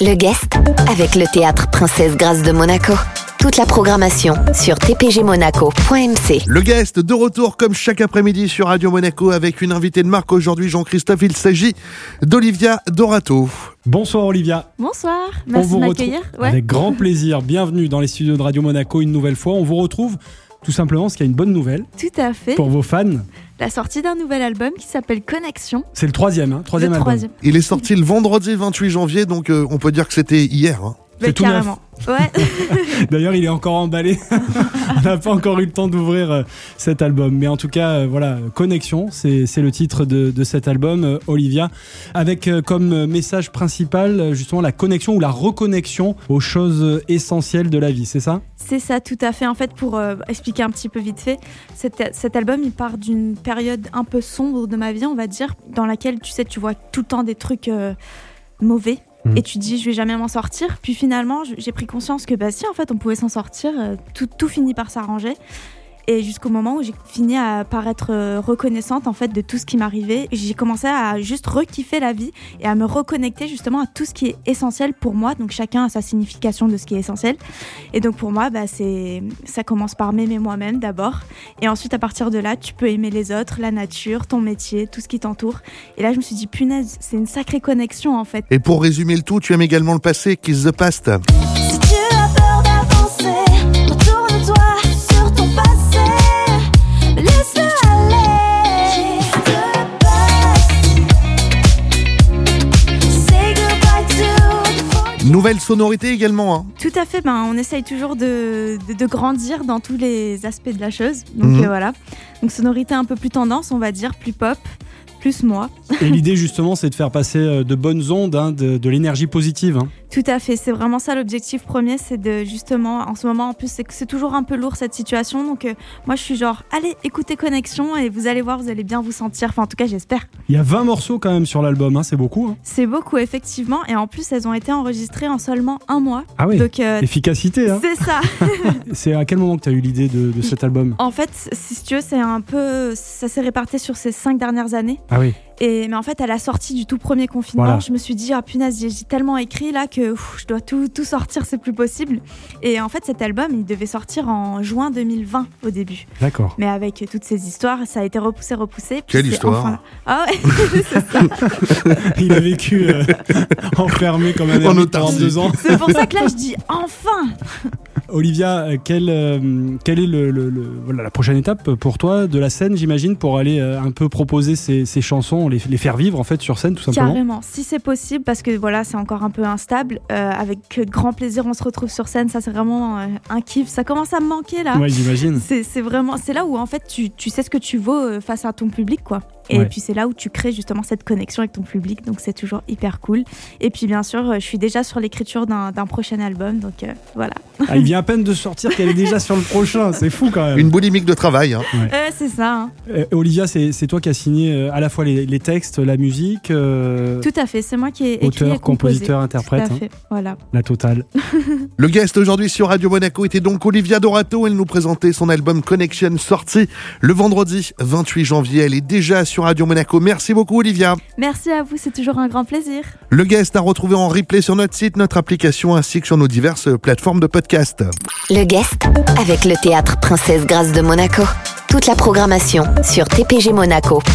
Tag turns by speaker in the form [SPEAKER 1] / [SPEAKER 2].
[SPEAKER 1] Le guest avec le théâtre Princesse Grâce de Monaco. Toute la programmation sur tpgmonaco.mc.
[SPEAKER 2] Le guest de retour comme chaque après-midi sur Radio Monaco avec une invitée de marque aujourd'hui, Jean-Christophe. Il s'agit d'Olivia Dorato.
[SPEAKER 3] Bonsoir Olivia.
[SPEAKER 4] Bonsoir, merci de m'accueillir.
[SPEAKER 3] Ouais. Avec grand plaisir, bienvenue dans les studios de Radio Monaco une nouvelle fois. On vous retrouve tout simplement parce qu'il y a une bonne nouvelle
[SPEAKER 4] Tout à fait.
[SPEAKER 3] pour vos fans.
[SPEAKER 4] La sortie d'un nouvel album qui s'appelle Connexion.
[SPEAKER 3] C'est le troisième, hein, troisième
[SPEAKER 4] le
[SPEAKER 3] album.
[SPEAKER 4] troisième.
[SPEAKER 2] Il est sorti le vendredi 28 janvier, donc euh, on peut dire que c'était hier. hein.
[SPEAKER 3] C'est
[SPEAKER 4] Ouais,
[SPEAKER 3] tout
[SPEAKER 4] carrément. Ouais,
[SPEAKER 3] D'ailleurs, il est encore emballé. On n'a pas encore eu le temps d'ouvrir euh, cet album. Mais en tout cas, euh, voilà, Connexion, c'est c'est le titre de, de cet album, euh, Olivia, avec euh, comme euh, message principal, euh, justement, la connexion ou la reconnexion aux choses euh, essentielles de la vie, c'est ça
[SPEAKER 4] c'est ça tout à fait. En fait, pour euh, expliquer un petit peu vite fait, cet, cet album, il part d'une période un peu sombre de ma vie, on va dire, dans laquelle, tu sais, tu vois tout le temps des trucs euh, mauvais.
[SPEAKER 3] Mhm.
[SPEAKER 4] Et tu te dis, je vais jamais m'en sortir. Puis finalement, je- j'ai pris conscience que, bah si, en fait, on pouvait s'en sortir. euh, Tout, tout finit par s'arranger. Et jusqu'au moment où j'ai fini à paraître euh, reconnaissante en fait de tout ce qui m'arrivait, j'ai commencé à juste rekiffer la vie et à me reconnecter justement à tout ce qui est essentiel pour moi. Donc chacun a sa signification de ce qui est essentiel. Et donc pour moi, bah, c'est ça commence par m'aimer moi-même d'abord, et ensuite à partir de là, tu peux aimer les autres, la nature, ton métier, tout ce qui t'entoure. Et là, je me suis dit punaise, c'est une sacrée connexion en fait.
[SPEAKER 2] Et pour résumer le tout, tu aimes également le passé, Kiss the Past.
[SPEAKER 5] Si tu as peur d'avancer, retourne-toi sur ton passé. Laisse-le aller. Say goodbye to
[SPEAKER 2] Nouvelle sonorité également. hein.
[SPEAKER 4] Tout à fait, ben, on essaye toujours de, de- de grandir dans tous les aspects de la chose. Donc
[SPEAKER 2] Mhm.
[SPEAKER 4] euh, voilà. Donc sonorité un peu plus tendance, on va dire, plus pop, plus moi.
[SPEAKER 3] Et l'idée, justement, c'est de faire passer euh, de bonnes ondes, hein, de, de l'énergie positive. hein.
[SPEAKER 4] Tout à fait, c'est vraiment ça l'objectif premier, c'est de justement, en ce moment en plus, c'est que c'est toujours un peu lourd cette situation. Donc euh, moi je suis genre, allez, écoutez Connexion et vous allez voir, vous allez bien vous sentir. Enfin en tout cas j'espère.
[SPEAKER 3] Il y a 20 morceaux quand même sur l'album, hein, c'est beaucoup. hein.
[SPEAKER 4] C'est beaucoup effectivement et en plus elles ont été enregistrées en seulement un mois.
[SPEAKER 3] Ah oui,
[SPEAKER 4] Donc euh,
[SPEAKER 3] efficacité. hein.
[SPEAKER 4] c'est ça.
[SPEAKER 3] C'est à quel moment que tu as eu l'idée de, de cet album
[SPEAKER 4] En fait, si tu veux, c'est un peu, ça s'est réparti sur ces cinq dernières années.
[SPEAKER 3] Ah oui.
[SPEAKER 4] Et, mais en fait, à la sortie du tout premier confinement,
[SPEAKER 3] Voilà.
[SPEAKER 4] je me suis dit, ah punaise, j'ai j'ai tellement écrit là que ouf, je dois tout, tout sortir, c'est plus possible. Et en fait, cet album, il devait sortir en juin 2020 au début.
[SPEAKER 3] D'accord.
[SPEAKER 4] Mais avec toutes ces histoires, ça a été repoussé, repoussé. puis
[SPEAKER 2] Quelle
[SPEAKER 4] c'est
[SPEAKER 2] histoire.
[SPEAKER 4] enfin- Ah ouais,
[SPEAKER 3] Il a vécu euh, enfermé comme
[SPEAKER 2] En
[SPEAKER 3] un ermite pendant
[SPEAKER 2] autarcie.
[SPEAKER 3] deux ans.
[SPEAKER 4] c'est pour ça que là, je dis enfin
[SPEAKER 3] Olivia, euh, quelle, euh, quelle est le, le- le- voilà, la prochaine étape pour toi de la scène, j'imagine, pour aller euh, un peu proposer ces, ces chansons, les, les faire vivre en fait sur scène, tout simplement
[SPEAKER 4] Carrément, si c'est possible, parce que voilà, c'est encore un peu instable. Euh, avec grand plaisir, on se retrouve sur scène. Ça, c'est vraiment euh, un kiff. Ça commence à me manquer là.
[SPEAKER 3] Ouais, j'imagine.
[SPEAKER 4] C'est c'est vraiment, c'est là où en fait tu, tu sais ce que tu vaux euh, face à ton public quoi. Et
[SPEAKER 3] Ouais.
[SPEAKER 4] puis c'est là où tu crées justement cette connexion avec ton public, donc c'est toujours hyper cool. Et puis bien sûr, euh, je suis déjà sur l'écriture d'un d'un prochain album, donc euh, voilà.
[SPEAKER 3] Ah, il vient à peine de sortir qu'elle est déjà sur le prochain, c'est fou quand même.
[SPEAKER 2] Une boulimique de travail. hein.
[SPEAKER 4] Euh, c'est ça, hein.
[SPEAKER 3] Euh, Olivia, c'est c'est toi qui as signé euh, à la fois les, les textes, la musique, euh,
[SPEAKER 4] tout à fait. C'est moi qui ai écrit et
[SPEAKER 3] auteur,
[SPEAKER 4] composé.
[SPEAKER 3] compositeur, interprète,
[SPEAKER 4] Tout à
[SPEAKER 3] hein,
[SPEAKER 4] fait, voilà.
[SPEAKER 3] la totale.
[SPEAKER 2] Le guest aujourd'hui sur Radio Monaco était donc Olivia Dorato. Elle nous présentait son album Connection sorti le vendredi 28 janvier. Elle est déjà sur Radio Monaco. Merci beaucoup Olivia.
[SPEAKER 4] Merci à vous, c'est toujours un grand plaisir.
[SPEAKER 2] Le guest à retrouver en replay sur notre site, notre application ainsi que sur nos diverses plateformes de podcast.
[SPEAKER 1] Le guest avec le théâtre Princesse Grâce de Monaco. Toute la programmation sur tpgmonaco.mc.